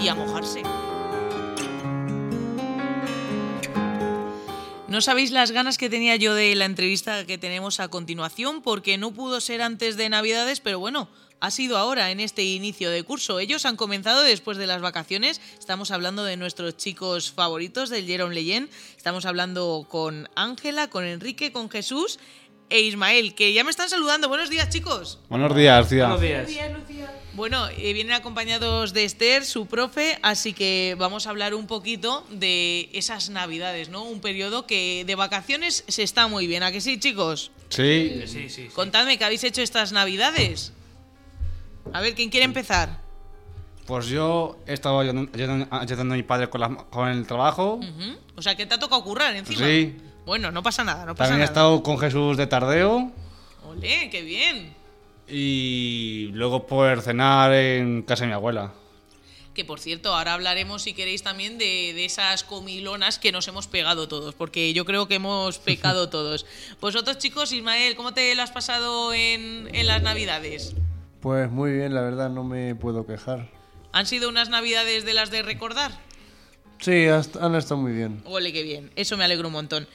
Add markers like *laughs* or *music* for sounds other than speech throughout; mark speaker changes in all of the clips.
Speaker 1: y a mojarse. No sabéis las ganas que tenía yo de la entrevista que tenemos a continuación, porque no pudo ser antes de Navidades, pero bueno, ha sido ahora, en este inicio de curso. Ellos han comenzado después de las vacaciones. Estamos hablando de nuestros chicos favoritos del Jerome Leyen. Estamos hablando con Ángela, con Enrique, con Jesús e Ismael, que ya me están saludando. Buenos días, chicos.
Speaker 2: Buenos días, tía.
Speaker 3: Buenos días.
Speaker 1: Bueno, eh, vienen acompañados de Esther, su profe, así que vamos a hablar un poquito de esas navidades, ¿no? Un periodo que de vacaciones se está muy bien, ¿a que sí, chicos?
Speaker 2: Sí.
Speaker 3: Sí, sí, sí.
Speaker 1: Contadme qué habéis hecho estas navidades. A ver, ¿quién quiere empezar?
Speaker 2: Pues yo he estado ayudando, ayudando- ayudando a mi padre con, la- con el trabajo.
Speaker 3: Mm.
Speaker 1: Ujú. O sea, que te ha tocado currar encima.
Speaker 2: Sí.
Speaker 1: Bueno, no pasa nada, no pasa
Speaker 2: También he
Speaker 1: nada.
Speaker 2: estado con Jesús de tardeo.
Speaker 1: Olé, qué bien.
Speaker 2: Y luego por cenar en casa de mi abuela.
Speaker 1: Que por cierto, ahora hablaremos, si queréis, también de, de esas comilonas que nos hemos pegado todos, porque yo creo que hemos pecado todos. Vosotros, chicos, Ismael, ¿cómo te lo has pasado en, en las Navidades?
Speaker 4: Pues muy bien, la verdad, no me puedo quejar.
Speaker 1: ¿Han sido unas Navidades de las de recordar?
Speaker 4: Sí, has- han estado muy bien.
Speaker 1: Ole, qué bien, eso me alegro un montón.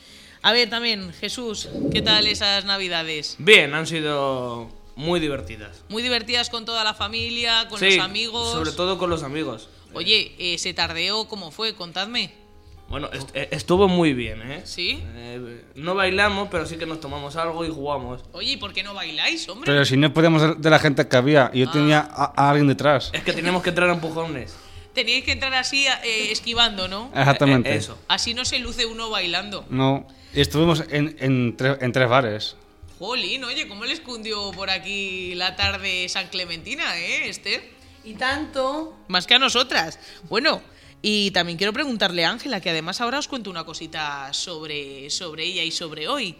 Speaker 1: A ver, también, Jesús, ¿qué tal esas Navidades?
Speaker 3: Bien, han sido muy divertidas.
Speaker 1: Muy divertidas con toda la familia, con
Speaker 3: Sí,
Speaker 1: los amigos.
Speaker 3: Sobre todo con los amigos.
Speaker 1: Oye, eh, ¿se tardeó cómo fue? Contadme.
Speaker 3: Bueno, est- eh, estuvo muy bien, ¿eh?
Speaker 1: ¿Sí?
Speaker 3: Eh, No bailamos, pero sí que nos tomamos algo y jugamos.
Speaker 1: Oye, ¿y por qué no bailáis, hombre?
Speaker 2: Pero si no podíamos ser de la gente que había.
Speaker 3: Ah.
Speaker 2: Y yo tenía a, a alguien detrás.
Speaker 3: Es que tenemos que entrar a empujones.
Speaker 1: Teníais que entrar así eh, esquivando, ¿no?
Speaker 2: Exactamente.
Speaker 3: Eh, eso.
Speaker 1: Así no se luce uno bailando.
Speaker 2: No. Y estuvimos en, en tre- en tres bares.
Speaker 1: Jolín, oye, ¿cómo les cundió por aquí la tarde San Clementina, eh, Esther?
Speaker 5: Y tanto.
Speaker 1: Más que a nosotras. Bueno, y también quiero preguntarle a Ángela, que además ahora os cuento una cosita sobre, sobre ella y sobre hoy.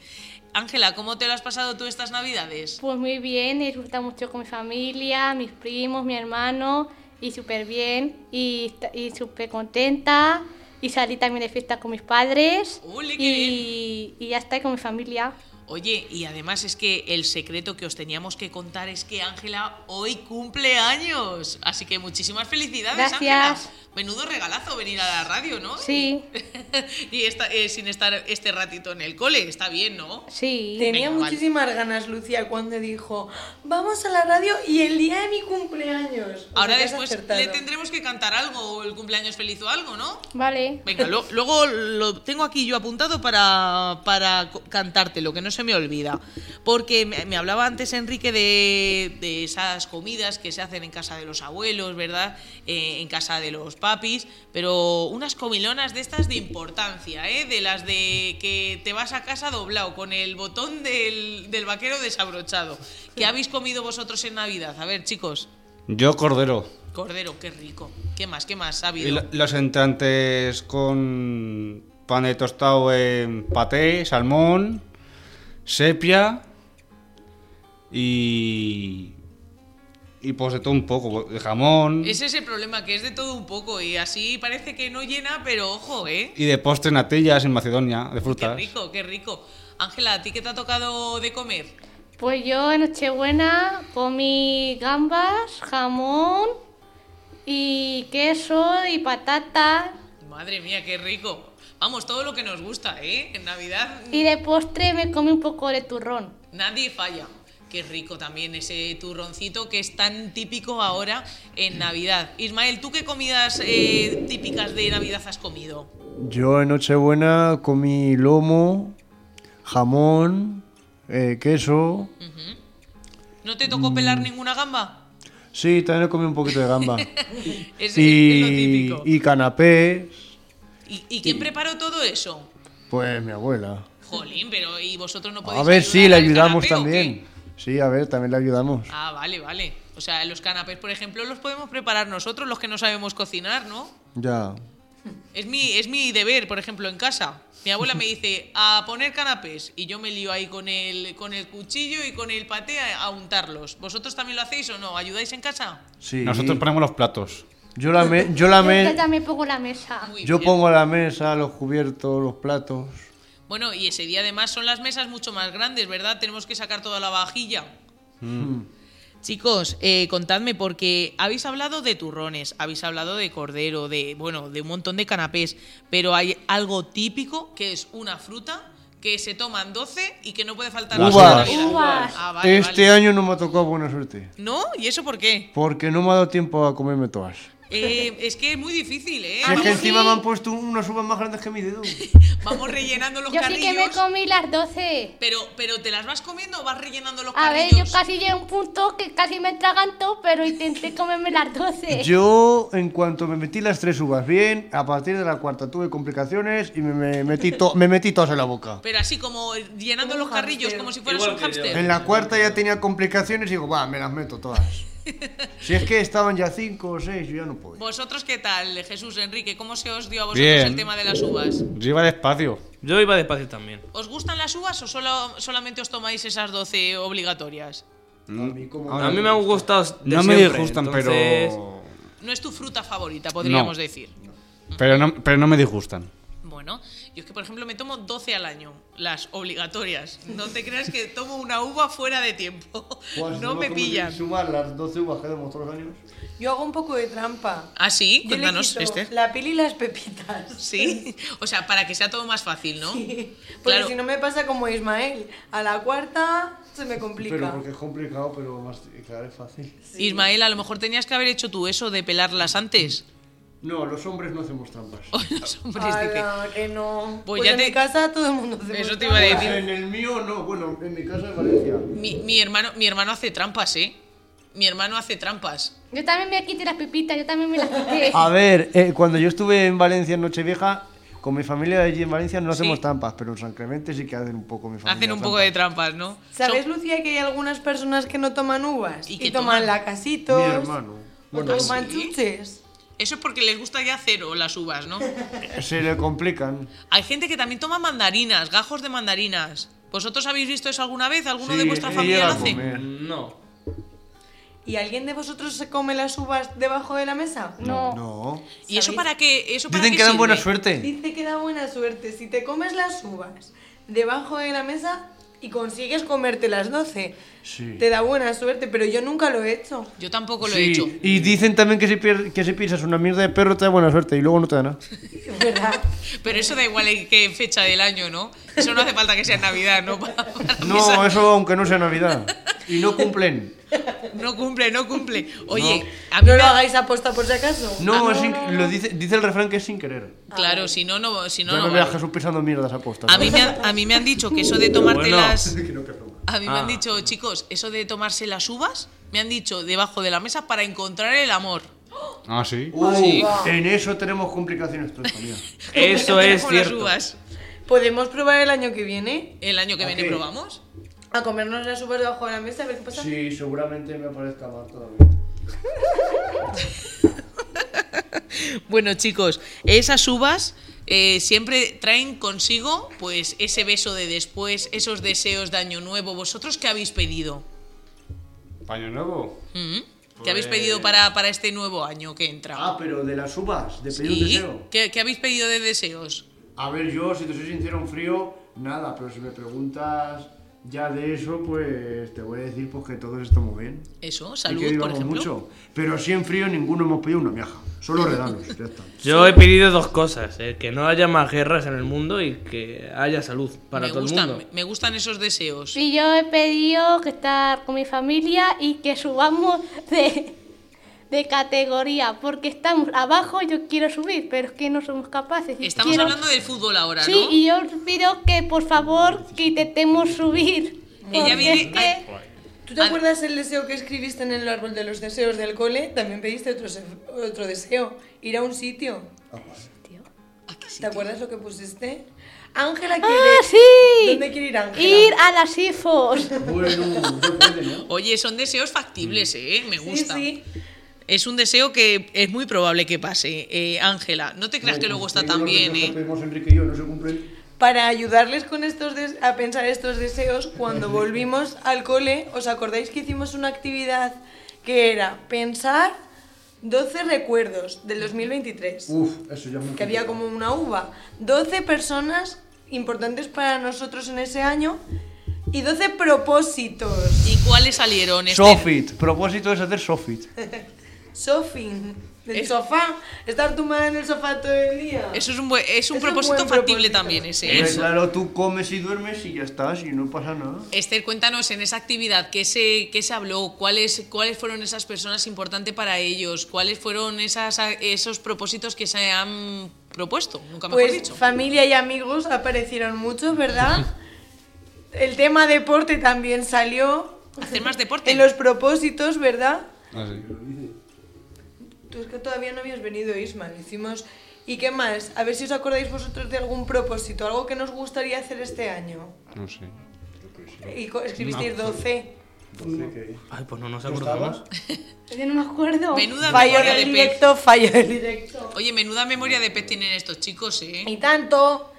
Speaker 1: Ángela, ¿cómo te lo has pasado tú estas navidades?
Speaker 6: Pues muy bien, he disfrutado mucho con mi familia, mis primos, mi hermano, y súper bien, y, esta- y súper contenta, y salí también de fiesta con mis padres,
Speaker 1: Ole, qué
Speaker 6: y, y ya está, y con mi familia.
Speaker 1: Oye, y además es que el secreto que os teníamos que contar es que Ángela hoy cumple años. Así que muchísimas felicidades, Ángela.
Speaker 6: Gracias.
Speaker 1: Menudo regalazo venir a la radio, ¿no?
Speaker 6: Sí,
Speaker 1: y *laughs* esta- eh, sin estar este ratito en el cole, está bien, ¿no?
Speaker 6: Pues sí,
Speaker 5: Tenía
Speaker 1: Venga, vale.
Speaker 5: muchísimas ganas Lucía cuando dijo, vamos a la radio y el día de mi cumpleaños. O
Speaker 1: Ahora
Speaker 5: sea, que has
Speaker 1: después
Speaker 5: acertado.
Speaker 1: le tendremos que cantar algo, o el cumpleaños feliz o algo, ¿no?
Speaker 6: vale.
Speaker 1: Venga, lo- luego lo tengo aquí yo apuntado para, para co- cantártelo, que no se me olvida. Porque me, me hablaba antes Enrique de, de esas comidas que se hacen en casa de los abuelos, ¿verdad? Eh, en casa de los papis, pero unas comilonas de estas de importancia, ¿eh? De las de que te vas a casa doblado, con el botón del, del vaquero desabrochado. ¿Qué habéis comido vosotros en Navidad? A ver, chicos.
Speaker 2: Yo cordero.
Speaker 1: Cordero, qué rico. ¿Qué más? ¿Qué más ha
Speaker 2: Y
Speaker 1: habido?
Speaker 2: lo- los entrantes con pan de tostado en paté, salmón, sepia y... Y pues de todo un poco, de jamón
Speaker 1: Ese es el problema, que es de todo un poco y así parece que no llena, pero ojo, ¿eh?
Speaker 2: y de postre natillas en Macedonia, de
Speaker 1: Qué
Speaker 2: frutas.
Speaker 1: rico, qué rico. Ángela, ¿a ti qué te ha tocado de comer?
Speaker 6: Pues yo en Nochebuena comí gambas, jamón, y queso, y patata,
Speaker 1: Madre mía, qué rico. Vamos, todo lo que nos gusta, ¿eh? En Navidad
Speaker 6: y de postre me comí un poco de turrón.
Speaker 1: nadie falla. Qué rico también ese turroncito que es tan típico ahora en Navidad. Ismael, ¿tú qué comidas eh, típicas de Navidad has comido?
Speaker 4: Yo en Nochebuena comí lomo, jamón, eh, queso.
Speaker 1: ¿No te tocó pelar ninguna gamba?
Speaker 4: Sí, también comí un poquito
Speaker 1: *laughs*
Speaker 4: de gamba.
Speaker 1: Es, es lo
Speaker 4: y,
Speaker 1: típico.
Speaker 4: y canapés,
Speaker 1: ¿Y- ¿Y quién preparó todo eso?
Speaker 4: pues mi abuela.
Speaker 1: Jolín, pero ¿y vosotros no podéis
Speaker 4: A ver, sí, le
Speaker 1: ayudar al
Speaker 4: ayudamos
Speaker 1: canapé o
Speaker 4: también.
Speaker 1: qué?
Speaker 4: Sí, a ver, también le ayudamos.
Speaker 1: Ah, vale, vale. O sea, los canapés, por ejemplo, los podemos preparar nosotros, los que no sabemos cocinar, ¿no?
Speaker 4: Ya.
Speaker 1: Es mi, es mi deber, por ejemplo, en casa. Mi abuela me dice, a poner canapés. Y yo me lío ahí con el, con el cuchillo y con el paté a, a untarlos. ¿Vosotros también lo hacéis o no? ¿Ayudáis en casa?
Speaker 4: Sí.
Speaker 2: Nosotros ponemos los platos.
Speaker 4: Yo la me- yo la me-
Speaker 6: *laughs* Yo también pongo la mesa.
Speaker 1: Muy
Speaker 4: yo
Speaker 1: bien.
Speaker 4: pongo la mesa, los cubiertos, los platos.
Speaker 1: Bueno, y ese día además son las mesas mucho más grandes, ¿verdad? Tenemos que sacar toda la vajilla.
Speaker 4: Hmm.
Speaker 1: Chicos, eh, contadme, porque habéis hablado de turrones, habéis hablado de cordero, de, bueno, de un montón de canapés, pero hay algo típico que es una fruta que se toman 12 y que no puede faltar
Speaker 2: Las
Speaker 1: nunca en
Speaker 4: uvas.
Speaker 1: la vida.
Speaker 6: Uvas.
Speaker 1: Ah, vale,
Speaker 4: este
Speaker 1: vale.
Speaker 4: año no me ha tocado buena suerte.
Speaker 1: ¿No? ¿Y eso por qué?
Speaker 4: Porque no me ha dado tiempo a comerme todas.
Speaker 1: Eh, es que es muy difícil, ¿eh?
Speaker 4: Si es que
Speaker 6: mí sí.
Speaker 4: encima me han puesto unas uvas más grandes que mi dedo.
Speaker 1: Vamos rellenando los
Speaker 6: Yo sí
Speaker 1: carrillos.
Speaker 6: que me comí las 12.
Speaker 1: pero, pero ¿te las vas comiendo o vas rellenando los
Speaker 6: A ver,
Speaker 1: carrillos?
Speaker 6: yo casi llegué a un punto que casi me traganto, pero intenté comerme las 12.
Speaker 4: Yo, en cuanto me metí las tres uvas bien, a partir de la cuarta tuve complicaciones y me, me metí, to- me metí todas en la boca.
Speaker 1: Pero así como eh, llenando
Speaker 5: Como
Speaker 1: los
Speaker 5: un
Speaker 1: carrillos,
Speaker 5: hámster.
Speaker 1: como si fueras un
Speaker 3: Igual que yo.
Speaker 4: En
Speaker 1: hámster.
Speaker 4: la cuarta ya tenía complicaciones y digo, va, me las meto todas. Si es que estaban ya cinco o seis, yo ya no puedo.
Speaker 1: ¿Vosotros qué tal, Jesús, Enrique? ¿Cómo se os dio a vosotros
Speaker 2: Bien.
Speaker 1: el tema de las uvas?
Speaker 2: Yo iba despacio.
Speaker 3: Yo iba despacio también.
Speaker 1: ¿Os gustan las uvas o solo, solamente os tomáis esas 12 obligatorias?
Speaker 3: a mí me han gustado. de
Speaker 2: No me
Speaker 3: siempre,
Speaker 2: disgustan,
Speaker 3: entonces-
Speaker 2: pero.
Speaker 1: No es tu fruta favorita, podríamos
Speaker 2: No.
Speaker 1: decir.
Speaker 2: Pero no, pero no me disgustan.
Speaker 1: Bueno, yo es que, por ejemplo, me tomo 12 al año, las obligatorias. No te creas que tomo una uva fuera de tiempo.
Speaker 4: Pues
Speaker 1: No me pillan.
Speaker 4: sumar las 12 uvas que demos todos los años.
Speaker 5: Yo hago un poco de trampa.
Speaker 1: Ah, sí,
Speaker 5: Yo le
Speaker 1: cuéntanos,
Speaker 5: quito
Speaker 1: este.
Speaker 5: la piel y las pepitas.
Speaker 1: Sí, o sea, para que sea todo más fácil, ¿no?
Speaker 5: Porque
Speaker 1: Claro.
Speaker 5: si no me pasa como Ismael, a la cuarta se me complica.
Speaker 4: Pero porque es complicado, pero más, claro, es fácil.
Speaker 1: Ismael, a lo mejor tenías que haber hecho tú eso de pelarlas antes.
Speaker 4: No, los hombres no hacemos trampas.
Speaker 1: Los hombres dicen.
Speaker 5: Ala, que no.
Speaker 1: Pues
Speaker 5: Pues,
Speaker 1: ya
Speaker 5: en
Speaker 1: te-
Speaker 5: mi casa todo el mundo hace
Speaker 1: Eso te iba a
Speaker 5: trampa.
Speaker 1: decir.
Speaker 4: En el mío no, bueno, en mi casa de Valencia.
Speaker 1: Mi, mi hermano, mi hermano hace trampas, ¿eh? Mi hermano hace trampas.
Speaker 6: Yo también me quité las pepitas, yo también me las quité.
Speaker 1: Ah.
Speaker 4: A ver, eh, cuando yo estuve en Valencia en Nochevieja, con mi familia de allí en Valencia no hacemos
Speaker 1: Sí.
Speaker 4: trampas, pero en San Clemente sí que hacen un poco mi familia.
Speaker 1: Hacen un
Speaker 4: trampa.
Speaker 1: poco de trampas, ¿no?
Speaker 5: ¿Sabes,
Speaker 1: Son-
Speaker 5: Lucía, que hay algunas personas que no toman uvas?
Speaker 1: ¿Y
Speaker 5: Y,
Speaker 1: qué
Speaker 5: toman,
Speaker 1: toman?
Speaker 5: lacasitos.
Speaker 4: Mi hermano.
Speaker 5: O
Speaker 4: Bueno,
Speaker 5: toman
Speaker 1: ¿sí?
Speaker 5: chuches.
Speaker 1: Eso es porque les gusta ya cero las uvas, ¿no?
Speaker 4: se le complican.
Speaker 1: Hay gente que también toma mandarinas, gajos de mandarinas. ¿Vosotros habéis visto eso alguna vez? ¿Alguno de
Speaker 4: Sí,
Speaker 1: vuestra
Speaker 4: he
Speaker 1: familia
Speaker 4: llegado
Speaker 1: lo
Speaker 4: a
Speaker 1: hace?
Speaker 4: comer.
Speaker 2: Eh.
Speaker 3: No.
Speaker 5: ¿Y alguien de vosotros se come las uvas debajo de la mesa?
Speaker 6: No.
Speaker 4: No.
Speaker 1: ¿Y eso
Speaker 5: ¿Sabéis?
Speaker 1: para qué? Eso para
Speaker 4: Dicen
Speaker 1: qué
Speaker 4: que dan
Speaker 1: sirve?
Speaker 4: buena suerte.
Speaker 5: Dice que da buena suerte. Si te comes las uvas debajo de la mesa y consigues comerte las 12,
Speaker 4: Sí.
Speaker 5: te da buena suerte, pero yo nunca lo he hecho.
Speaker 1: Yo tampoco lo
Speaker 4: Sí,
Speaker 1: he hecho.
Speaker 4: Y dicen también que si, pier- que si piensas una mierda de perro te da buena suerte y luego no te
Speaker 1: *laughs*
Speaker 4: da nada.
Speaker 5: Es *laughs* verdad.
Speaker 1: Pero eso da igual en qué fecha del año, ¿no? Eso no hace falta que sea en Navidad, ¿no? *laughs* Para- para
Speaker 4: No, eso aunque no sea
Speaker 1: *laughs*
Speaker 4: Navidad. Y no cumplen.
Speaker 1: No cumple, no cumple. Oye, a mí
Speaker 5: ¿No
Speaker 1: me
Speaker 5: lo
Speaker 1: ha-
Speaker 5: hagáis aposta por si acaso?
Speaker 4: No,
Speaker 1: Ah,
Speaker 4: es sin- Lo dice, dice el refrán que es sin querer.
Speaker 5: Ah,
Speaker 1: Claro, si no, no, si no,
Speaker 4: ya
Speaker 1: no
Speaker 4: no veas
Speaker 1: vale.
Speaker 4: Jesús pisando mierdas apostas.
Speaker 1: A mí, me han, a mí me han dicho que eso de tomarte
Speaker 3: Bueno.
Speaker 4: *laughs*
Speaker 1: las... A mí me han
Speaker 3: Ah.
Speaker 1: dicho, chicos, eso de tomarse las uvas, me han dicho debajo de la mesa para encontrar el amor.
Speaker 2: Ah, sí.
Speaker 4: Uh, En eso tenemos complicaciones todos, María.
Speaker 1: *laughs*
Speaker 3: Eso
Speaker 1: Te
Speaker 3: es
Speaker 1: dejo las
Speaker 3: cierto.
Speaker 1: uvas.
Speaker 5: Ah, ¿Podemos probar el año que viene
Speaker 1: El año que viene
Speaker 4: Ok.
Speaker 1: probamos.
Speaker 5: a comernos las uvas debajo de la mesa a ver qué pasa?
Speaker 4: Sí, seguramente me parezca mal todavía.
Speaker 1: Bueno, chicos, esas uvas eh, siempre traen consigo, pues, ese beso de después, esos deseos de año nuevo. ¿Vosotros qué habéis pedido?
Speaker 2: Paño nuevo.
Speaker 1: ¿Mm? ¿Qué habéis pedido
Speaker 3: Pues-
Speaker 1: para, para este nuevo año que entra?
Speaker 4: Ah, pero de las uvas, de pedir un
Speaker 1: ¿Y
Speaker 4: deseo.
Speaker 1: ¿Qué, qué habéis pedido de deseos?
Speaker 4: A ver, yo, si te soy sincero, un frío, nada, pero si me preguntas ya de eso, pues te voy a decir pues, que todos estamos bien.
Speaker 1: Eso,
Speaker 4: y que
Speaker 1: salud, por
Speaker 4: vivamos
Speaker 1: ejemplo.
Speaker 4: mucho. Pero si en frío ninguno hemos pedido una miaja. Solo regalos, ya
Speaker 1: *laughs*
Speaker 4: está.
Speaker 3: Yo he pedido dos cosas, eh, que no haya más guerras en el mundo y que haya salud para
Speaker 1: me
Speaker 3: todo
Speaker 1: gustan,
Speaker 3: el mundo.
Speaker 1: me gustan esos deseos.
Speaker 6: Y yo he pedido que estar con mi familia y que subamos de, de categoría, porque estamos abajo, yo quiero subir, pero es que no somos capaces. y
Speaker 1: Estamos
Speaker 6: quiero-
Speaker 1: hablando del fútbol ahora,
Speaker 6: Sí,
Speaker 1: ¿no?
Speaker 6: y yo os pido que por favor que intentemos subir.
Speaker 1: Ella
Speaker 6: porque
Speaker 1: viene-
Speaker 6: es que
Speaker 5: ¿Tú te
Speaker 1: Ad-
Speaker 5: acuerdas el deseo que escribiste en el árbol de los deseos del
Speaker 4: Ah,
Speaker 5: cole? También pediste otro, se- otro deseo, ir a un sitio.
Speaker 1: ¿A qué
Speaker 5: ¿Te acuerdas lo que pusiste? Ángela quiere.
Speaker 6: ¡Ah, sí!
Speaker 5: ¿Dónde quiere ir Ángela?
Speaker 6: Ir a las IFOS.
Speaker 4: Bueno, no puede, ¿no?
Speaker 1: Oye, son deseos
Speaker 3: Mm.
Speaker 1: factibles, ¿eh? Me
Speaker 5: Sí,
Speaker 1: gusta.
Speaker 5: sí.
Speaker 1: Es un deseo que es muy probable que pase, eh, Ángela. no te creas que luego está
Speaker 4: Tengo
Speaker 1: tan
Speaker 4: los
Speaker 1: bien,
Speaker 4: deseos que
Speaker 1: ¿eh?
Speaker 4: pedimos Enrique y yo, no se cumplen.
Speaker 5: Para ayudarles con estos des- a pensar estos deseos, cuando volvimos al cole, ¿os acordáis que hicimos una actividad que era pensar 12 recuerdos del 2023?
Speaker 4: Uf, eso ya es muy
Speaker 5: que había como
Speaker 4: complicado.
Speaker 5: una uva. 12 personas importantes para nosotros en ese año y 12 propósitos.
Speaker 1: ¿Y cuáles salieron? Esther?
Speaker 7: Sofit, propósito es hacer Sofit.
Speaker 5: Sofi, del
Speaker 1: Es-
Speaker 5: sofá, estar tumbada en el sofá todo el día.
Speaker 1: Eso es un, buen- es un
Speaker 5: Es un
Speaker 1: propósito
Speaker 5: buen
Speaker 1: factible
Speaker 5: propósito.
Speaker 1: también ese. ¿eh?
Speaker 7: Eso.
Speaker 4: Hombre, Claro, tú comes y duermes y ya estás y no pasa nada.
Speaker 1: Esther, cuéntanos en esa actividad, ¿qué se, qué se habló? ¿Cuáles, ¿Cuáles fueron esas personas importantes para ellos? ¿Cuáles fueron esas, esos propósitos que se han propuesto? Nunca mejor
Speaker 5: Pues
Speaker 1: dicho.
Speaker 5: familia y amigos aparecieron muchos,
Speaker 1: *laughs*
Speaker 5: ¿verdad? El tema deporte también salió
Speaker 1: Hacer más deporte.
Speaker 5: en los propósitos, ¿verdad?
Speaker 2: Así.
Speaker 5: Tú es que todavía no habías venido, Isma. lo Hicimos... ¿Y qué más? A ver si os acordáis vosotros de algún propósito, algo que nos gustaría hacer este año.
Speaker 2: No sé.
Speaker 5: Y co- escribisteis 12.
Speaker 3: Ay, pues no nos acordamos.
Speaker 6: Yo no me acuerdo.
Speaker 1: Menuda
Speaker 5: Fallo
Speaker 1: memoria
Speaker 5: del
Speaker 1: de pez.
Speaker 5: directo, fallo del directo.
Speaker 1: Oye, menuda memoria de pez tienen estos chicos, ¿eh?
Speaker 5: Y tanto.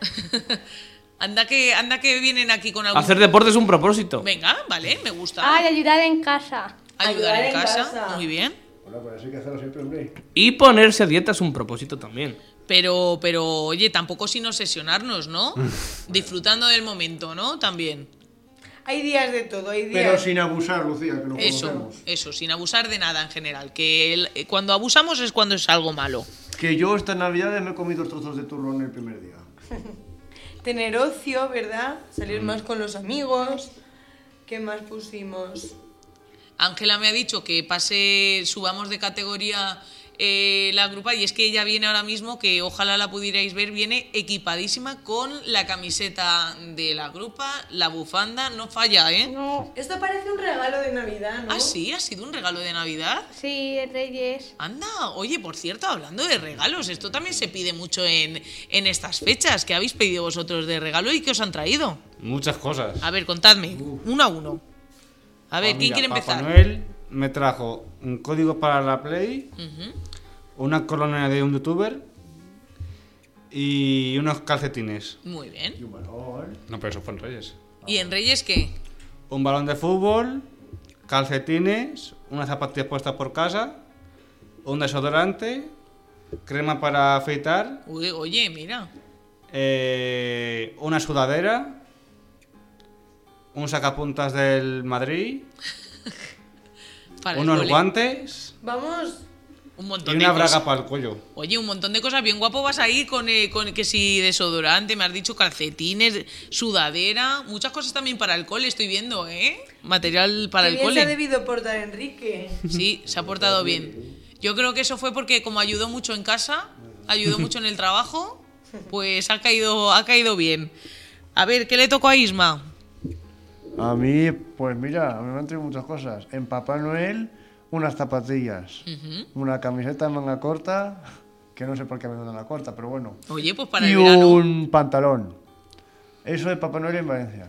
Speaker 1: anda, que, anda que vienen aquí con algún...
Speaker 3: Hacer deporte es un propósito.
Speaker 1: Venga, vale, me gusta.
Speaker 6: Ay, ayudar en casa.
Speaker 1: Ayudar, en, casa.
Speaker 5: casa.
Speaker 1: muy bien.
Speaker 4: Hola, pues eso hay que hacerlo siempre, hombre.
Speaker 3: Y ponerse a dieta es un propósito también.
Speaker 1: Pero, pero, oye, tampoco sin obsesionarnos,
Speaker 3: *laughs*
Speaker 1: ¿no? Disfrutando del momento, ¿no? También.
Speaker 5: Hay días de todo, hay días.
Speaker 4: Pero sin abusar, Lucía, que nos
Speaker 1: Eso,
Speaker 4: conocemos.
Speaker 1: eso, sin abusar de nada en general. Que el- eh, cuando abusamos es cuando es algo malo.
Speaker 4: Que yo estas navidades me he comido dos trozos de turrón el primer día.
Speaker 5: Tener ocio, ¿verdad? Salir
Speaker 1: Mm.
Speaker 5: más con los amigos. ¿Qué más pusimos?
Speaker 1: Ángela me ha dicho que pase, subamos de categoría eh, la grupa y es que ella viene ahora mismo, que ojalá la pudierais ver, viene equipadísima con la camiseta de la grupa, la bufanda, no falla, ¿eh?
Speaker 6: No,
Speaker 5: Esto parece un regalo de Navidad, ¿no?
Speaker 1: Ah, sí, ha sido un regalo de Navidad.
Speaker 6: sí, Reyes.
Speaker 1: Anda, oye, por cierto, hablando de regalos, esto también se pide mucho en, en estas fechas. ¿Qué habéis pedido vosotros de regalo y qué os han traído?
Speaker 2: Muchas cosas.
Speaker 1: A ver, contadme, uno a uno. A ver,
Speaker 2: Ah,
Speaker 1: ¿quién
Speaker 2: mira,
Speaker 1: quiere
Speaker 2: Papá
Speaker 1: empezar?
Speaker 2: Noel me trajo un código para la Play, una corona de un youtuber y unos calcetines.
Speaker 1: Muy
Speaker 4: Y
Speaker 1: bien.
Speaker 4: un balón.
Speaker 2: No, pero eso fue en Reyes.
Speaker 1: ¿Y en Reyes qué?
Speaker 2: Un balón de fútbol, calcetines, unas zapatillas puestas por casa, un desodorante, crema para afeitar,
Speaker 1: Uy, oye, mira.
Speaker 2: eh, una sudadera, un sacapuntas del Madrid,
Speaker 1: para el
Speaker 2: unos
Speaker 1: cole.
Speaker 2: guantes
Speaker 5: Vamos.
Speaker 1: Un
Speaker 2: y
Speaker 1: montón de
Speaker 2: una
Speaker 1: cosas.
Speaker 2: braga para el cuello.
Speaker 1: Oye, un montón de cosas. Bien guapo vas ahí con, eh, con que si desodorante, me has dicho calcetines, sudadera, muchas cosas también para el cole, estoy viendo, ¿eh? Material para
Speaker 5: qué
Speaker 1: el
Speaker 5: bien
Speaker 1: cole.
Speaker 5: se ha debido portar Enrique.
Speaker 1: Sí, se ha portado bien. Yo creo que eso fue porque como ayudó mucho en casa, ayudó mucho en el trabajo, pues ha caído, ha caído bien. A ver, ¿qué le tocó a Isma?
Speaker 4: A mí, pues mira, me han traído muchas cosas. En Papá Noel, unas zapatillas, una camiseta de manga corta, que no sé por qué me dan la corta, pero bueno.
Speaker 1: Oye, pues para
Speaker 4: y
Speaker 1: el verano.
Speaker 4: un pantalón. Eso de Papá Noel en Valencia.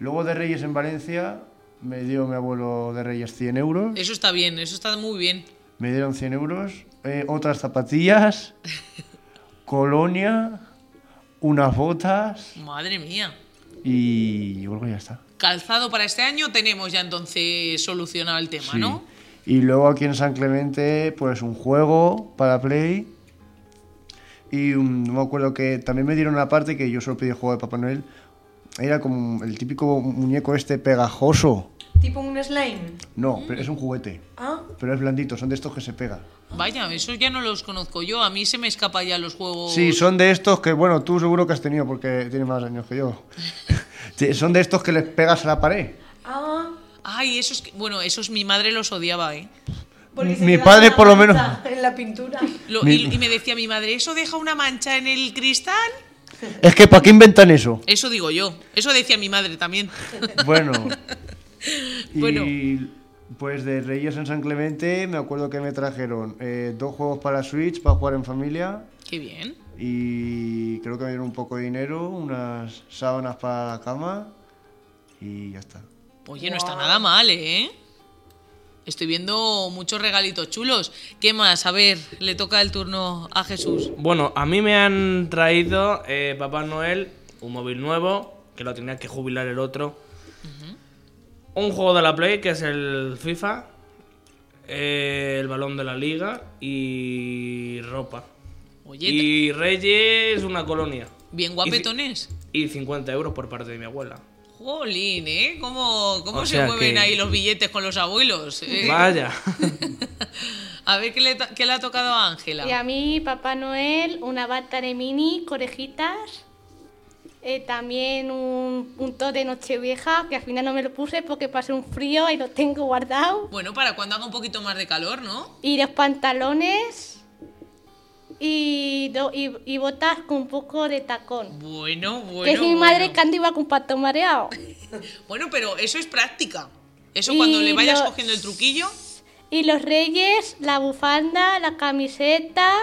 Speaker 4: Luego de Reyes en Valencia, me dio mi abuelo de Reyes 100 euros.
Speaker 1: Eso está bien, eso está muy bien.
Speaker 4: Me dieron 100 euros, eh, otras zapatillas, colonia, unas botas
Speaker 1: Madre mía.
Speaker 4: y yo creo que ya está.
Speaker 1: Calzado para este año tenemos ya entonces solucionado el tema,
Speaker 4: Sí.
Speaker 1: ¿no?
Speaker 4: Y luego aquí en San Clemente, pues un juego para Play. Y un- no me acuerdo que también me dieron una parte que yo solo pedí el juego de Papá Noel. Era como el típico muñeco este pegajoso.
Speaker 5: Tipo un slime.
Speaker 4: No, pero es un juguete.
Speaker 5: Ah,
Speaker 4: Pero es blandito, son de estos que se pega.
Speaker 1: Vaya, eso ya no los conozco yo. A mí se me escapa ya los juegos.
Speaker 4: Sí, son de estos que, bueno, tú seguro que has tenido porque tienes más años que *laughs* yo. Sí, son de estos que les pegas a la pared.
Speaker 5: ah.
Speaker 1: Ay, esos. que- Bueno, esos mi madre los odiaba, ¿eh?
Speaker 5: porque se
Speaker 4: Mi
Speaker 5: queda
Speaker 4: padre
Speaker 5: una
Speaker 4: por lo menos-
Speaker 5: mancha *laughs* En la pintura.
Speaker 1: Lo-
Speaker 4: Mi-
Speaker 1: y, y me decía mi madre, ¿eso deja una mancha en el cristal?
Speaker 4: Es que, ¿para qué inventan eso?
Speaker 1: Eso digo yo. Eso decía mi madre también.
Speaker 4: *laughs* Bueno. y
Speaker 1: Bueno.
Speaker 4: pues de Reyes en San Clemente me acuerdo que me trajeron eh, dos juegos para Switch para jugar en familia.
Speaker 1: Qué bien.
Speaker 4: Y creo que me dieron un poco de dinero, unas sábanas para la cama y ya está.
Speaker 1: Oye, no está nada mal, ¿eh? Estoy viendo muchos regalitos chulos. ¿Qué más? A ver, le toca el turno a Jesús.
Speaker 3: Bueno, a mí me han traído eh, Papá Noel un móvil nuevo, que lo tenía que jubilar el otro. Un juego de la Play, que es el FIFA, eh, el balón de la liga y ropa.
Speaker 1: Oye,
Speaker 3: y Reyes, una colonia.
Speaker 1: Bien
Speaker 3: Y
Speaker 1: guapetones.
Speaker 3: ci- Y, 50 euros por parte de mi abuela.
Speaker 1: Jolín, ¿eh? ¿Cómo, cómo
Speaker 3: O
Speaker 1: se
Speaker 3: sea
Speaker 1: mueven
Speaker 3: que-
Speaker 1: ahí los billetes con los abuelos? eh?
Speaker 3: Vaya.
Speaker 1: A ver, ¿qué le, ta- qué le ha tocado a Ángela?
Speaker 6: Y a mí, Papá Noel, una bata de mini, corejitas. eh, también un, un top de Nochevieja, que al final no me lo puse porque pasé un frío y lo tengo guardado.
Speaker 1: Bueno, para cuando haga un poquito más de calor, ¿no?
Speaker 6: Y los pantalones. Y, do- y, y botas con un poco de tacón.
Speaker 1: Bueno, bueno.
Speaker 6: que es mi madre
Speaker 1: bueno.
Speaker 6: que ando iba con pato mareado.
Speaker 1: Bueno, pero eso es práctica. Eso
Speaker 6: Y
Speaker 1: cuando le vayas
Speaker 6: lo-
Speaker 1: cogiendo el truquillo.
Speaker 6: Y los reyes, la bufanda, la camiseta,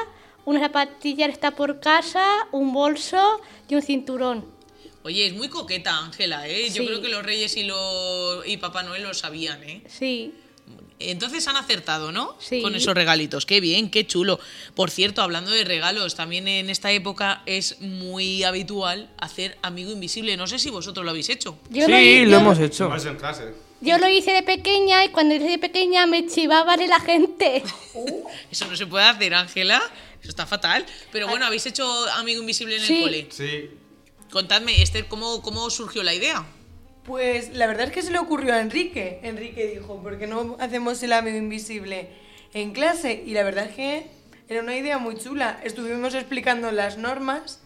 Speaker 6: una zapatilla que está por casa, un bolso y un cinturón.
Speaker 1: Oye, es muy coqueta Ángela, ¿eh? Yo
Speaker 6: Sí.
Speaker 1: creo que los Reyes y, los y Papá Noel lo sabían, ¿eh?
Speaker 6: Sí.
Speaker 1: Entonces han acertado, ¿no?
Speaker 6: Sí.
Speaker 1: Con esos regalitos. Qué bien, qué chulo. Por cierto, hablando de regalos, también en esta época es muy habitual hacer amigo invisible. No sé si vosotros lo habéis hecho.
Speaker 3: *laughs*
Speaker 6: Yo
Speaker 3: sí,
Speaker 6: hi-
Speaker 3: lo
Speaker 6: yo-
Speaker 3: hemos hecho.
Speaker 2: Más en clase.
Speaker 6: Yo lo hice de pequeña y cuando hice de pequeña me chivaba de la gente.
Speaker 1: Eso no se puede hacer, Ángela. Eso está fatal. Pero bueno, habéis hecho amigo invisible en el
Speaker 6: Sí.
Speaker 1: cole.
Speaker 2: Sí.
Speaker 1: Contadme, Esther, ¿cómo, cómo surgió la idea?
Speaker 5: Pues la verdad es que se le ocurrió a Enrique. Enrique dijo, ¿por qué no hacemos el amigo invisible en clase? Y la verdad es que era una idea muy chula. Estuvimos explicando las normas.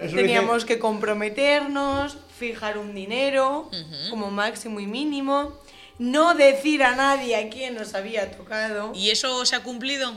Speaker 4: Eso
Speaker 5: Teníamos que comprometernos, fijar un dinero como máximo y mínimo, no decir a nadie a quién nos había tocado.
Speaker 1: ¿Y eso se ha cumplido?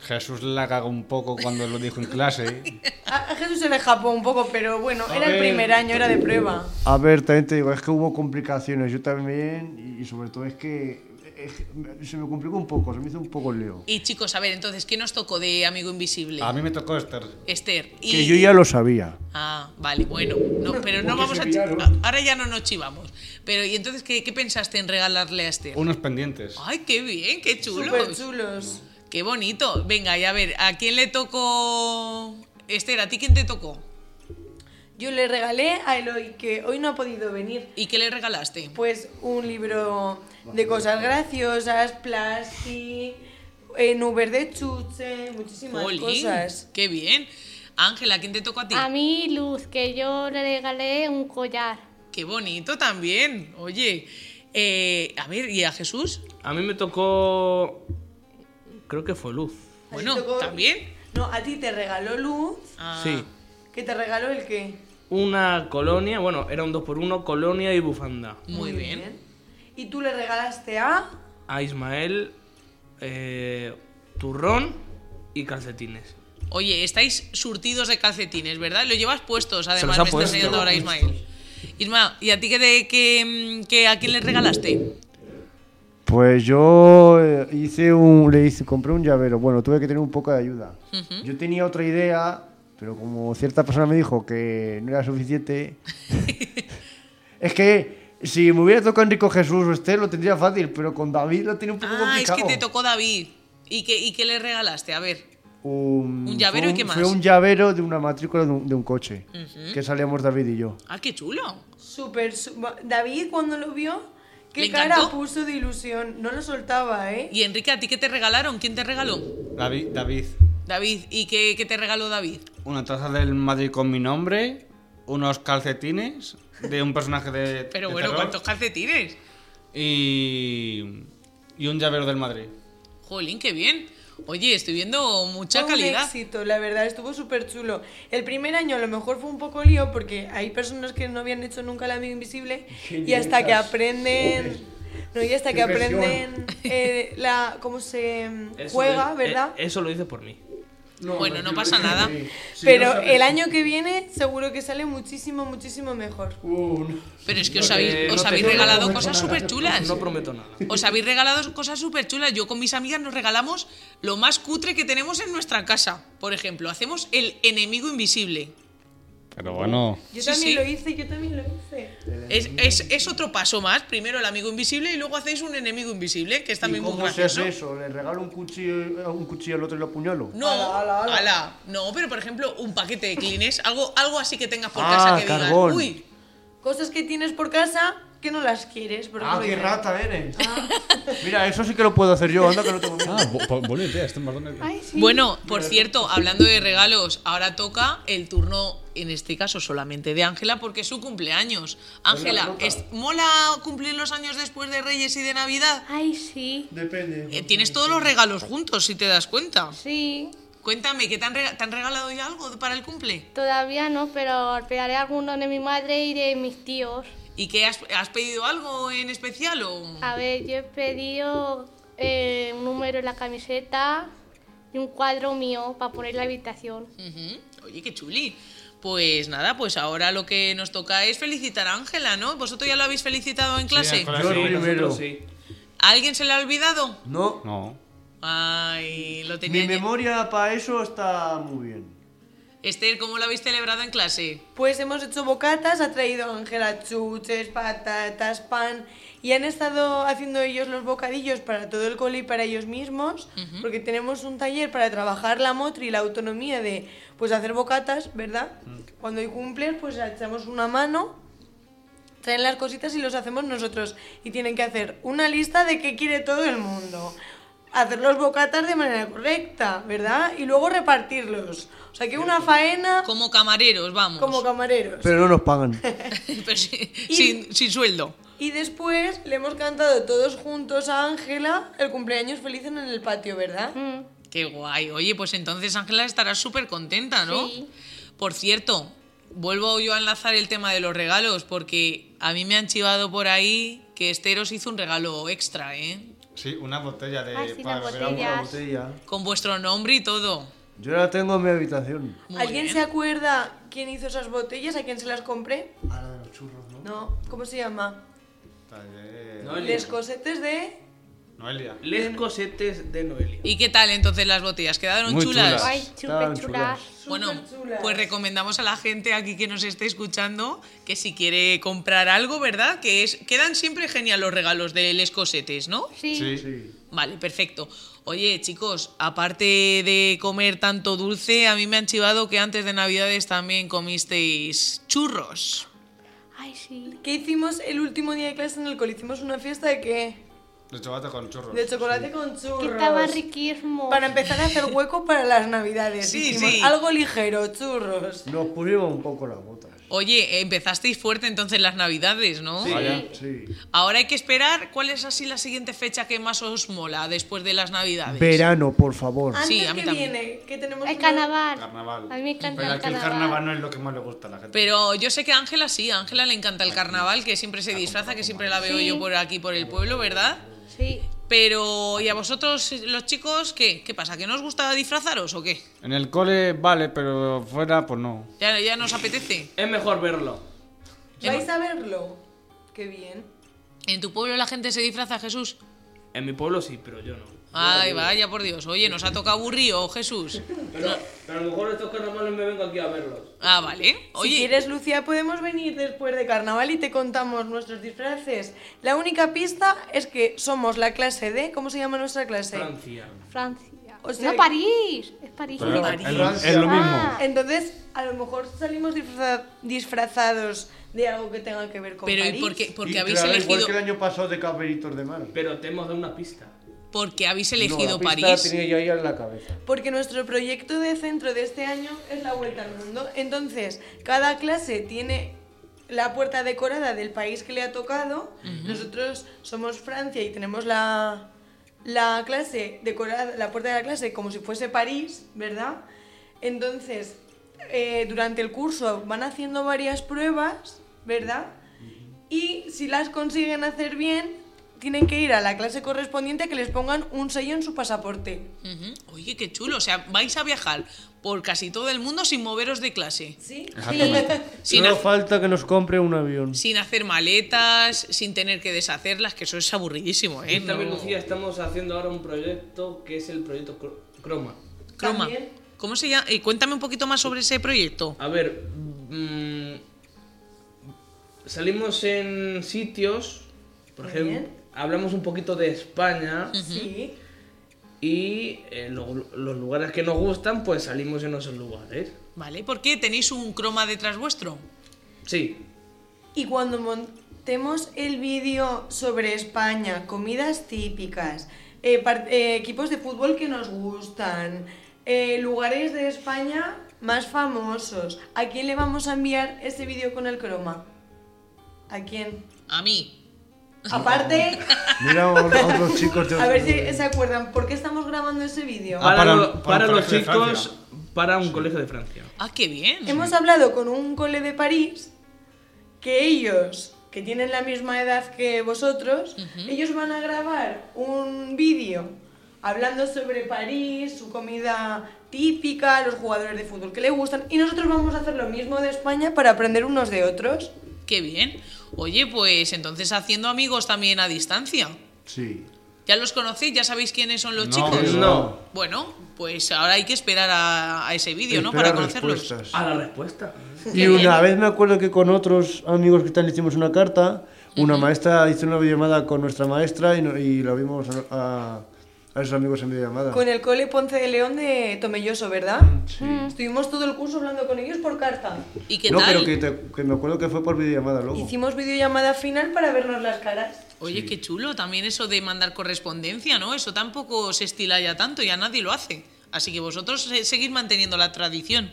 Speaker 2: Jesús la cagó un poco cuando lo dijo en clase.
Speaker 1: *laughs*
Speaker 5: A a Jesús se le japó un poco, pero bueno,
Speaker 2: A
Speaker 5: era el
Speaker 2: ver.
Speaker 5: primer año, era de prueba.
Speaker 4: A ver, también te digo, es que hubo complicaciones, yo también, y, y sobre todo es que es- se me complicó un poco, se me hizo un poco leo.
Speaker 1: Y chicos, a ver, entonces, ¿qué nos tocó de amigo invisible?
Speaker 2: A mí me tocó Esther.
Speaker 1: Esther. Y...
Speaker 4: Que yo ya lo sabía.
Speaker 1: Ah, vale, bueno, no, pero no
Speaker 4: Porque
Speaker 1: vamos
Speaker 4: se
Speaker 1: a... chi-
Speaker 4: pillaron.
Speaker 1: a- Ahora ya no nos chivamos. Pero, ¿y entonces qué, qué pensaste en regalarle a Esther?
Speaker 2: Unos pendientes.
Speaker 1: Ay, qué bien, qué
Speaker 5: Súper
Speaker 1: chulos.
Speaker 5: chulos.
Speaker 1: Qué bonito. Venga, y a ver, ¿a quién le tocó... Esther, ¿a ti quién te tocó?
Speaker 5: Yo le regalé a Eloy, que hoy no ha podido venir,
Speaker 1: ¿Y qué le regalaste?
Speaker 5: pues un libro de cosas graciosas, plasti, en Uber de chuche, muchísimas
Speaker 1: Jolín,
Speaker 5: cosas.
Speaker 1: qué bien. Ángela, ¿quién te tocó a ti?
Speaker 6: A mí, Luz, que yo le regalé un collar.
Speaker 1: Qué bonito también. Oye, eh, a ver, ¿y a Jesús?
Speaker 3: A mí me tocó. Creo que fue Luz.
Speaker 5: ti
Speaker 1: Bueno,
Speaker 5: tocó-
Speaker 1: también.
Speaker 5: No, a ti te regaló Luz,
Speaker 1: Ah,
Speaker 3: Sí.
Speaker 5: que te regaló el qué.
Speaker 3: Una colonia, bueno, era un 2x1, colonia y bufanda.
Speaker 1: Muy, bien.
Speaker 5: Y tú le regalaste a...
Speaker 3: A Ismael, eh, turrón y calcetines.
Speaker 1: Oye, estáis surtidos de calcetines, ¿verdad? Lo llevas puestos, además,
Speaker 3: los ha
Speaker 1: me está
Speaker 3: puesto.
Speaker 1: enseñando ahora Ismael. Ismael, ¿y a ti qué, te- qué, mm, qué- a quién le regalaste?
Speaker 4: Pues yo eh, hice un, le hice, compré un llavero. Bueno, tuve que tener un poco de ayuda. Yo tenía otra idea, pero como cierta persona me dijo que no era
Speaker 1: *laughs*
Speaker 4: suficiente, es que si me hubiera tocado Enrico Jesús o Esther lo tendría fácil, pero con David lo tiene un poco
Speaker 1: Ah, es
Speaker 4: complicado.
Speaker 1: que te tocó David. ¿Y qué, y qué le regalaste? A ver.
Speaker 4: Un,
Speaker 1: Un llavero
Speaker 4: fue
Speaker 1: y qué más.
Speaker 4: Fue un llavero de una matrícula de un, de un coche que salíamos David y yo.
Speaker 1: Ah, qué chulo.
Speaker 5: Súper... su- David cuando lo vio, qué
Speaker 1: ¿Le
Speaker 5: cara
Speaker 1: encantó?
Speaker 5: puso de ilusión. No lo soltaba, ¿eh?
Speaker 1: Y Enrique, ¿a ti qué te regalaron? ¿Quién te regaló?
Speaker 2: David, David.
Speaker 1: David. ¿Y qué, qué te regaló David?
Speaker 2: Una taza del Madrid con mi nombre. Unos calcetines de un personaje de.
Speaker 1: Pero
Speaker 2: de
Speaker 1: bueno,
Speaker 2: terror,
Speaker 1: ¿cuántos calcetines?
Speaker 2: Y. Y un llavero del Madrid.
Speaker 1: Jolín, qué bien. Oye, estoy viendo mucha
Speaker 5: Fue Un
Speaker 1: calidad.
Speaker 5: éxito, la verdad, estuvo súper chulo. El primer año a lo mejor fue un poco lío porque hay personas que no habían hecho nunca el amigo invisible y hasta que aprenden. No, y hasta
Speaker 1: *laughs*
Speaker 5: que aprenden eh, la, cómo se
Speaker 3: Eso
Speaker 5: juega,
Speaker 3: lo-
Speaker 5: ¿verdad?
Speaker 1: eh,
Speaker 3: eh, eso lo hice por mí.
Speaker 1: bueno, no pasa nada.
Speaker 5: Pero el año que viene seguro que sale muchísimo, muchísimo mejor.
Speaker 1: Uh, Pero es que os
Speaker 3: Lo que
Speaker 1: habéis,
Speaker 3: Eh, no
Speaker 1: os
Speaker 3: te
Speaker 1: habéis
Speaker 3: digo,
Speaker 1: regalado
Speaker 3: no
Speaker 1: cosas
Speaker 3: prometo
Speaker 1: súper
Speaker 3: nada.
Speaker 1: chulas.
Speaker 3: No prometo nada.
Speaker 1: Os habéis regalado cosas súper chulas. Yo con mis amigas nos regalamos lo más cutre que tenemos en nuestra casa. Por ejemplo, hacemos el enemigo invisible.
Speaker 8: Pero bueno,
Speaker 5: Yo
Speaker 1: Sí,
Speaker 5: también
Speaker 1: sí.
Speaker 5: lo hice, yo también lo hice.
Speaker 1: Es, es- es otro paso más. Primero el amigo invisible y luego hacéis un enemigo invisible, que es también
Speaker 4: ¿Y
Speaker 1: muy
Speaker 4: cómo se hace
Speaker 1: gracioso.
Speaker 4: eso? ¿Le regalo un cuchillo, un cuchillo al otro y lo apuñalo?
Speaker 1: No,
Speaker 5: Ala, ala, ala.
Speaker 1: ala. No, pero por ejemplo, un paquete de clines, algo, algo así que tengas por
Speaker 4: Ah,
Speaker 1: casa que digas.
Speaker 4: carbón.
Speaker 1: Uy,
Speaker 5: Cosas que tienes por casa que no las quieres. por
Speaker 4: ¡Ah,
Speaker 5: ejemplo,
Speaker 4: qué
Speaker 5: dices,
Speaker 4: rata eres!
Speaker 1: Ah.
Speaker 4: Mira, eso sí que lo puedo hacer yo, anda que
Speaker 1: *laughs*
Speaker 4: no tengo miedo.
Speaker 8: ah, bu- bu- buena idea, este marrón es-
Speaker 6: Ay, sí.
Speaker 1: Bueno, por cierto, hablando de regalos, ahora toca el turno, en este caso solamente de Ángela, porque es su cumpleaños. Ángela, es- ¿mola cumplir los años después de Reyes y de Navidad?
Speaker 6: Ay, sí.
Speaker 4: Depende.
Speaker 1: Eh, tienes todos los regalos juntos, si te das cuenta.
Speaker 6: Sí.
Speaker 1: Cuéntame, ¿qué te han, rega- te han regalado ya algo para el cumple?
Speaker 6: Todavía no, pero esperaré alguno de mi madre y de mis tíos.
Speaker 1: ¿Y qué has, has pedido algo en especial o...?
Speaker 6: A ver, yo he pedido eh, un número en la camiseta y un cuadro mío para poner la habitación.
Speaker 1: Ujú. Oye, qué chuli. Pues nada, pues ahora lo que nos toca es felicitar a Ángela, ¿no? ¿Vosotros ya lo habéis felicitado en clase?
Speaker 4: Yo el primero.
Speaker 3: nosotros sí.
Speaker 1: ¿A alguien se le ha olvidado?
Speaker 4: No,
Speaker 8: No.
Speaker 1: Ay, lo tenía.
Speaker 4: mi
Speaker 1: ya-
Speaker 4: memoria para eso está muy bien.
Speaker 1: Esther, ¿cómo lo habéis celebrado en clase?
Speaker 5: Pues hemos hecho bocatas, ha traído Ángela chuches, patatas, pan y han estado haciendo ellos los bocadillos para todo el cole y para ellos mismos, porque tenemos un taller para trabajar la motra y la autonomía de pues hacer bocatas, ¿verdad? Cuando hay cumples, pues echamos una mano, traen las cositas y los hacemos nosotros y tienen que hacer una lista de qué quiere todo el mundo. Hacer los bocatas de manera correcta, ¿verdad? Y luego repartirlos. O sea que una faena
Speaker 1: Como camareros, vamos.
Speaker 5: como camareros.
Speaker 4: Pero no nos *laughs*
Speaker 1: *laughs*
Speaker 4: pagan.
Speaker 1: Pero sin,
Speaker 5: Y-
Speaker 1: sin- sin sueldo.
Speaker 5: Y después le hemos cantado todos juntos a Ángela el cumpleaños feliz en el patio, ¿verdad?
Speaker 6: Mm,
Speaker 1: Qué guay. Oye, pues entonces Ángela estará súper contenta, ¿no?
Speaker 6: Sí.
Speaker 1: Por cierto, vuelvo yo a enlazar el tema de los regalos, porque a mí me han chivado por ahí que Esther os hizo un regalo extra, ¿eh?
Speaker 2: Sí, una botella de.
Speaker 6: Ah, sí,
Speaker 2: Eh, para
Speaker 6: las
Speaker 2: beber agua.
Speaker 6: botellas.
Speaker 4: Botella.
Speaker 1: Con vuestro nombre y todo.
Speaker 4: Yo la tengo en mi habitación.
Speaker 1: Muy
Speaker 5: ¿Alguien
Speaker 1: bien.
Speaker 5: se acuerda quién hizo esas botellas? ¿A quién se las compré?
Speaker 4: A la de los churros, ¿no?
Speaker 5: No, ¿cómo se llama?
Speaker 2: Taller-
Speaker 3: Noelia.
Speaker 5: Les cosetes de...
Speaker 2: Noelia.
Speaker 3: Les cosetes de Noelia.
Speaker 1: ¿Y qué tal entonces las botellas? ¿Quedaron
Speaker 8: Muy
Speaker 1: chulas?
Speaker 8: chulas.
Speaker 6: Ay,
Speaker 4: Estaban
Speaker 6: chupe chulas.
Speaker 1: Bueno,
Speaker 5: Superchulas.
Speaker 1: pues recomendamos a la gente aquí que nos esté escuchando que si quiere comprar algo, ¿verdad? Que es quedan siempre genial los regalos de Les Cosetes, ¿no?
Speaker 6: Sí.
Speaker 4: Sí.
Speaker 1: Vale, perfecto. Oye, chicos, aparte de comer tanto dulce, a mí me han chivado que antes de Navidades también comisteis churros.
Speaker 6: Ay, sí.
Speaker 5: ¿Qué hicimos el último día de clase en el cole? Hicimos una fiesta de qué?
Speaker 2: De chocolate con
Speaker 4: Pues
Speaker 2: churros.
Speaker 5: De chocolate con churros.
Speaker 6: Que estaba riquísimo.
Speaker 5: Para empezar a hacer hueco para las navidades.
Speaker 1: Sí,
Speaker 5: Hicimos
Speaker 1: sí.
Speaker 5: Algo ligero, churros.
Speaker 4: Nos pusimos un poco las botas.
Speaker 1: Oye, empezasteis fuerte entonces las Navidades, ¿no?
Speaker 4: Sí.
Speaker 1: Ahora hay que esperar cuál es así la siguiente fecha que más os mola después de las Navidades.
Speaker 4: Verano, por favor.
Speaker 5: Antes
Speaker 1: a mí
Speaker 5: que
Speaker 1: también.
Speaker 5: viene, que tenemos...
Speaker 6: El
Speaker 5: una-
Speaker 6: carnaval.
Speaker 2: Carnaval.
Speaker 6: A mí me
Speaker 2: Pero
Speaker 6: encanta el
Speaker 2: aquí el
Speaker 6: carnaval.
Speaker 2: carnaval no es lo que más le gusta a la gente.
Speaker 1: Pero yo sé que a Ángela sí, a Ángela le encanta el carnaval, que siempre se disfraza, que siempre la veo
Speaker 6: Sí.
Speaker 1: yo por aquí, por el pueblo, ¿verdad?
Speaker 6: Sí.
Speaker 1: Pero, ¿y a vosotros, los chicos, qué? ¿Qué pasa? ¿Que no os gusta disfrazaros o qué?
Speaker 8: En el cole vale, pero fuera pues no.
Speaker 1: ¿Ya, ya nos apetece?
Speaker 3: Es mejor verlo.
Speaker 5: ¿Vais a verlo? Qué bien.
Speaker 1: ¿En tu pueblo la gente se disfraza, Jesús?
Speaker 3: En mi pueblo sí, pero yo no.
Speaker 1: Ay, vaya, por Dios. Oye, nos ha tocado aburrido, Jesús.
Speaker 3: Pero, pero a lo mejor estos carnavales me vengo aquí a verlos.
Speaker 1: Ah, vale.
Speaker 5: Si
Speaker 1: Oye,
Speaker 5: quieres, Lucía, podemos venir después de carnaval y te contamos nuestros disfraces. La única pista es que somos la clase de... ¿Cómo se llama nuestra clase?
Speaker 3: Francia.
Speaker 6: Francia.
Speaker 5: O sea-
Speaker 6: no, París. Es París.
Speaker 8: Es lo, es lo mismo.
Speaker 6: Ah,
Speaker 5: Entonces, a lo mejor salimos disfraza- disfrazados de algo que tenga que ver con
Speaker 1: pero ¿y
Speaker 5: París.
Speaker 1: por qué, por qué
Speaker 4: Y
Speaker 1: habéis
Speaker 4: claro,
Speaker 1: elegido,
Speaker 4: Igual que el año pasado de Caberitos de Mar.
Speaker 3: Pero te hemos dado una pista.
Speaker 1: por qué habéis elegido
Speaker 4: no, la pista
Speaker 1: París?
Speaker 4: La tenía yo ahí en la cabeza.
Speaker 5: Porque nuestro proyecto de centro de este año es la vuelta al mundo. Entonces, cada clase tiene la puerta decorada del país que le ha tocado. Nosotros somos Francia y tenemos la, la clase decorada, la puerta de la clase como si fuese París, ¿verdad? Entonces, eh, durante el curso van haciendo varias pruebas, ¿verdad? Y si las consiguen hacer bien, tienen que ir a la clase correspondiente a que les pongan un sello en su pasaporte.
Speaker 1: Ujú. Oye, qué chulo. O sea, vais a viajar por casi todo el mundo sin moveros de clase.
Speaker 5: Sí.
Speaker 1: Sin,
Speaker 4: Solo
Speaker 1: ha-
Speaker 4: falta que nos compre un avión.
Speaker 1: sin hacer maletas, sin tener que deshacerlas, que eso es aburridísimo, ¿eh?
Speaker 3: Y también,
Speaker 1: No.
Speaker 3: Lucía, estamos haciendo ahora un proyecto que es el proyecto Cro- Croma.
Speaker 1: Croma.
Speaker 5: También.
Speaker 1: ¿Cómo se llama? Eh, cuéntame un poquito más sobre ese proyecto.
Speaker 3: A ver, mm, salimos en sitios, por
Speaker 5: Muy
Speaker 3: ejemplo,
Speaker 5: bien. Mm.
Speaker 3: hablamos un poquito de España
Speaker 5: Sí.
Speaker 3: y eh, lo- los lugares que nos gustan, pues salimos en esos lugares.
Speaker 1: ¿Vale? ¿Por qué? ¿Tenéis un croma detrás vuestro?
Speaker 3: Sí,
Speaker 5: Y cuando montemos el vídeo sobre España, comidas típicas, eh, par- eh, equipos de fútbol que nos gustan, eh, lugares de España más famosos, ¿a quién le vamos a enviar este vídeo con el croma? ¿A
Speaker 4: *laughs*
Speaker 5: quién?
Speaker 1: A mí.
Speaker 5: Aparte,
Speaker 4: Mira a otros chicos de
Speaker 5: a ver si se acuerdan, ¿por qué estamos grabando ese vídeo?
Speaker 3: para,
Speaker 8: para- para
Speaker 3: lo- para
Speaker 8: un
Speaker 3: los
Speaker 8: colegio de
Speaker 3: chicos, para un colegio de Francia.
Speaker 1: Ah, qué bien.
Speaker 5: Hemos hablado con un cole de París que ellos, que tienen la misma edad que vosotros, ellos van a grabar un vídeo hablando sobre París, su comida típica, los jugadores de fútbol que le gustan, y nosotros vamos a hacer lo mismo de España para aprender unos de otros.
Speaker 1: Qué bien. Oye, pues entonces haciendo amigos también a distancia.
Speaker 4: Sí.
Speaker 1: ¿Ya los conocéis? ¿Ya sabéis quiénes son los
Speaker 8: No,
Speaker 1: chicos?
Speaker 3: No,
Speaker 1: Bueno, pues ahora hay que esperar a, a ese vídeo, ¿no?
Speaker 4: Espera
Speaker 1: Para conocerlos.
Speaker 4: respuestas.
Speaker 3: a la respuesta.
Speaker 4: Y una vez me acuerdo que con otros amigos que están le hicimos una carta, una maestra hizo una videollamada con nuestra maestra y, no- y lo vimos a, a- a esos amigos en videollamada.
Speaker 5: Con el cole Ponce de León de Tomelloso, ¿verdad? Mm. Estuvimos todo el curso hablando con ellos por carta.
Speaker 1: ¿Y qué
Speaker 4: no,
Speaker 1: tal?
Speaker 4: pero que, te- que me acuerdo que fue por videollamada luego.
Speaker 5: Hicimos videollamada final para vernos las caras.
Speaker 1: Oye, qué chulo, también eso de mandar correspondencia, ¿no? Eso tampoco se estila ya tanto, ya nadie lo hace. Así que vosotros eh, seguid manteniendo la tradición.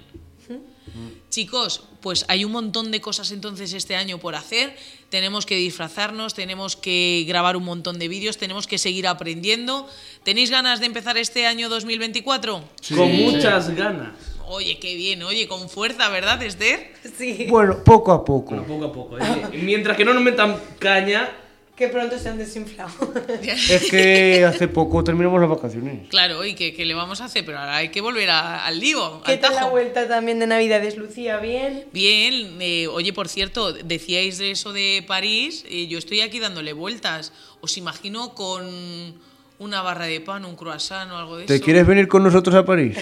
Speaker 1: Chicos, pues hay un montón de cosas entonces este año por hacer. Tenemos que disfrazarnos, tenemos que grabar un montón de vídeos, tenemos que seguir aprendiendo. ¿Tenéis ganas de empezar este año 2024?
Speaker 3: Con muchas ganas.
Speaker 1: Oye, qué bien, oye, con fuerza, ¿verdad, Esther?
Speaker 5: Sí.
Speaker 4: Bueno, poco a poco.
Speaker 3: Bueno, poco a poco. ¿eh? Mientras que no nos metan caña,
Speaker 5: Que pronto se han desinflado.
Speaker 4: Es que hace poco terminamos las
Speaker 1: *laughs*
Speaker 4: vacaciones.
Speaker 1: Claro, y que, que le vamos a hacer, pero ahora hay que volver a- al lío.
Speaker 5: ¿Qué
Speaker 1: al
Speaker 5: tal la
Speaker 1: tajo.
Speaker 5: vuelta también de Navidades, Lucía? ¿Bien? *laughs*
Speaker 1: Bien, eh, oye, por cierto, decíais de eso de París, eh, yo estoy aquí dándole vueltas. Os imagino con una barra de pan, un croissant o algo de
Speaker 4: ¿Te
Speaker 1: eso.
Speaker 4: quieres venir con nosotros a París?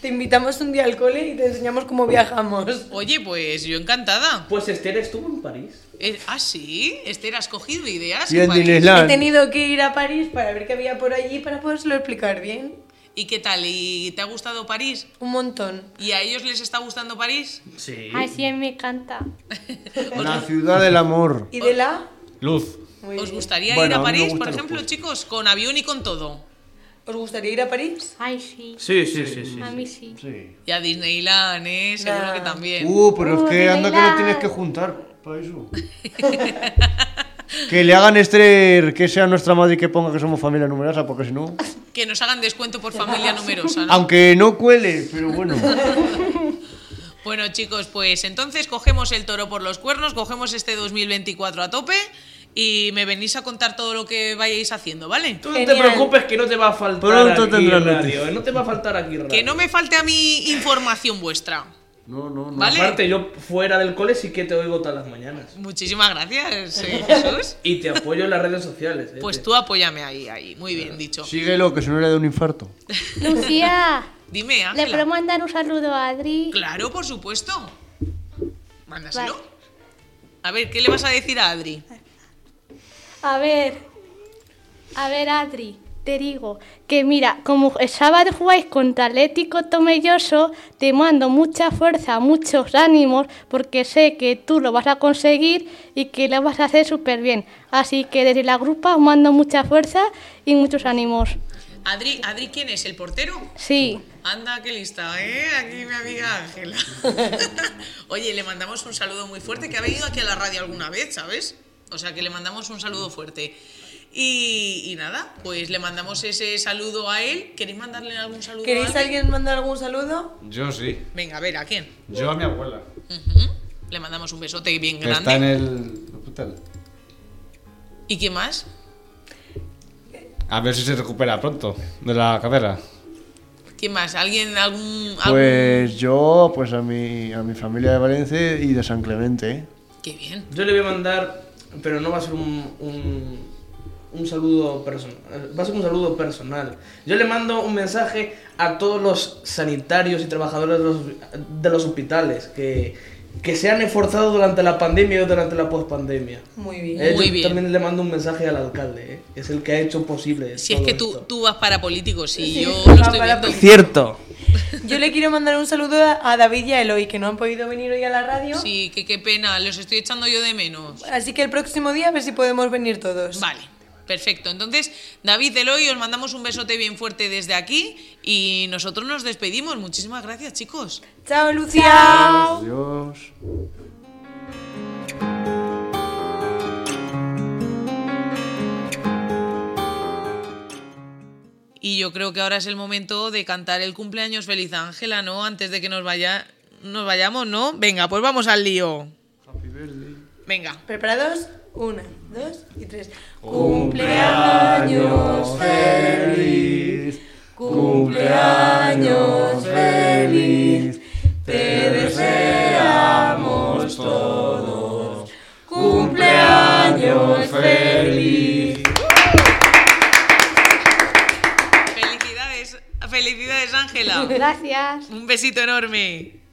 Speaker 5: Te invitamos un día al cole y te enseñamos cómo viajamos.
Speaker 1: Oye, pues yo encantada.
Speaker 3: pues Esther estuvo en París.
Speaker 1: Eh, ah, sí, Esther, has cogido ideas.
Speaker 4: Bien,
Speaker 1: París.
Speaker 5: He
Speaker 4: Dinesland.
Speaker 5: tenido que ir a París para ver qué había por allí para podérselo explicar bien.
Speaker 1: ¿Y qué tal? ¿Y te ha gustado París?
Speaker 5: Un montón.
Speaker 1: ¿Y a ellos les está gustando París?
Speaker 3: Sí.
Speaker 6: Ay, sí, me encanta.
Speaker 4: La ciudad del amor.
Speaker 5: ¿Y de la?
Speaker 8: Luz.
Speaker 5: Muy
Speaker 1: ¿Os
Speaker 5: Pues bien.
Speaker 1: gustaría
Speaker 4: Bueno,
Speaker 1: ir
Speaker 4: a
Speaker 1: a
Speaker 4: mí me
Speaker 1: París, por
Speaker 4: gustan los
Speaker 1: ejemplo,
Speaker 4: puzzles.
Speaker 1: chicos? Con avión y con todo.
Speaker 5: ¿Os gustaría ir a París?
Speaker 6: Ay, sí.
Speaker 3: Sí, sí, sí, sí.
Speaker 6: A mí sí.
Speaker 4: Sí.
Speaker 1: Y a Disneyland, ¿eh? Seguro
Speaker 5: Nah.
Speaker 1: que también.
Speaker 4: Uh, pero es
Speaker 6: Uh,
Speaker 4: que anda que lo
Speaker 6: Dinesland.
Speaker 4: tienes que juntar para eso. que le hagan Esther que sea nuestra madre y que ponga que somos familia numerosa, porque si no.
Speaker 1: Que nos hagan descuento por familia numerosa, ¿no?
Speaker 4: Aunque no cuele, pero bueno.
Speaker 1: Bueno, chicos, pues entonces cogemos el toro por los cuernos, cogemos este 2024 a tope y me venís a contar todo lo que vayáis haciendo, ¿vale?
Speaker 3: Tú no
Speaker 5: Genial.
Speaker 3: te preocupes que no te va a faltar
Speaker 4: Pronto
Speaker 3: aquí
Speaker 4: tendrás
Speaker 3: radio,
Speaker 4: noticias.
Speaker 3: eh, no te va a faltar aquí radio.
Speaker 1: Que no me falte a mí información vuestra,
Speaker 4: No, no, no.
Speaker 1: ¿vale?
Speaker 3: Aparte, yo fuera del cole sí que te oigo todas las mañanas.
Speaker 1: Muchísimas gracias, eh, Jesús.
Speaker 3: Y te apoyo en las redes sociales. eh.
Speaker 1: Pues tú apóyame ahí, ahí. Muy bien dicho.
Speaker 4: Síguelo, que si no le da un infarto.
Speaker 6: *laughs* Lucía,
Speaker 1: Dime,
Speaker 6: ¿le puedo
Speaker 1: Ángela.
Speaker 6: mandar un saludo a Adri?
Speaker 1: Claro, por supuesto. Mándaselo.
Speaker 6: Vale.
Speaker 1: A ver, ¿qué le vas a decir a Adri?
Speaker 6: A ver, a ver, Adri, te digo que mira, como el sábado jugáis contra Atlético Tomelloso, te mando mucha fuerza, muchos ánimos, porque sé que tú lo vas a conseguir y que lo vas a hacer súper bien. Así que desde la grupa os mando mucha fuerza y muchos ánimos.
Speaker 1: Adri, Adri, ¿quién es? ¿El portero?
Speaker 6: Sí,
Speaker 1: Anda, qué lista, ¿eh? Aquí mi amiga Ángela. *laughs* Oye, le mandamos un saludo muy fuerte, que ha venido aquí a la radio alguna vez, ¿sabes? O sea, que le mandamos un saludo fuerte. Y, y nada, pues le mandamos ese saludo a él. ¿Queréis mandarle algún saludo
Speaker 5: ¿Queréis
Speaker 1: a
Speaker 5: alguien mandar algún saludo?
Speaker 8: Yo sí.
Speaker 1: Venga, a ver, ¿a quién?
Speaker 8: Yo a mi abuela.
Speaker 1: Ujú. Le mandamos un besote bien
Speaker 8: Que está en
Speaker 1: grande.
Speaker 8: el hospital.
Speaker 1: ¿Y quién más?
Speaker 8: A ver si se recupera pronto de la carrera.
Speaker 1: ¿Quién más? ¿Alguien? ¿Algún.? algún-
Speaker 4: Pues yo, pues a mi, a mi familia de Valencia y de San Clemente.
Speaker 1: Qué bien.
Speaker 3: Yo le voy a mandar, pero no va a ser un, un, un saludo personal. eh, Va a ser un saludo personal. Yo le mando un mensaje a todos los sanitarios y trabajadores de los, de los hospitales que, que se han esforzado durante la pandemia y durante la pospandemia.
Speaker 5: Muy bien.
Speaker 3: Eh,
Speaker 1: Muy
Speaker 3: yo
Speaker 1: bien.
Speaker 3: También le mando un mensaje al alcalde, eh, que es el que ha hecho posible.
Speaker 1: Si es
Speaker 3: todo
Speaker 1: que tú,
Speaker 3: esto.
Speaker 1: tú vas para políticos y
Speaker 5: Sí,
Speaker 1: yo lo
Speaker 5: va *laughs* para
Speaker 1: estoy viendo.
Speaker 5: políticos.
Speaker 3: Cierto.
Speaker 5: Yo le quiero mandar un saludo a a David y a Eloy, que no han podido venir hoy a la radio.
Speaker 1: Sí, que qué pena, los estoy echando yo de menos.
Speaker 5: Así que el próximo día a ver si podemos venir todos.
Speaker 1: Vale, perfecto. Entonces, David, Eloy, os mandamos un besote bien fuerte desde aquí y nosotros nos despedimos. Muchísimas gracias, chicos.
Speaker 5: Chao, Lucía.
Speaker 4: Adiós.
Speaker 1: Y yo creo que ahora es el momento de cantar el cumpleaños feliz a Ángela, ¿no? Antes de que nos, vaya, nos vayamos, ¿no? Venga, pues vamos al lío. Venga.
Speaker 5: ¿Preparados? Una, dos y tres. Cumpleaños feliz. Cumpleaños feliz. Te deseamos todos. Cumpleaños feliz.
Speaker 1: Felicidades, felicidades Ángela.
Speaker 6: Gracias.
Speaker 1: Un besito enorme.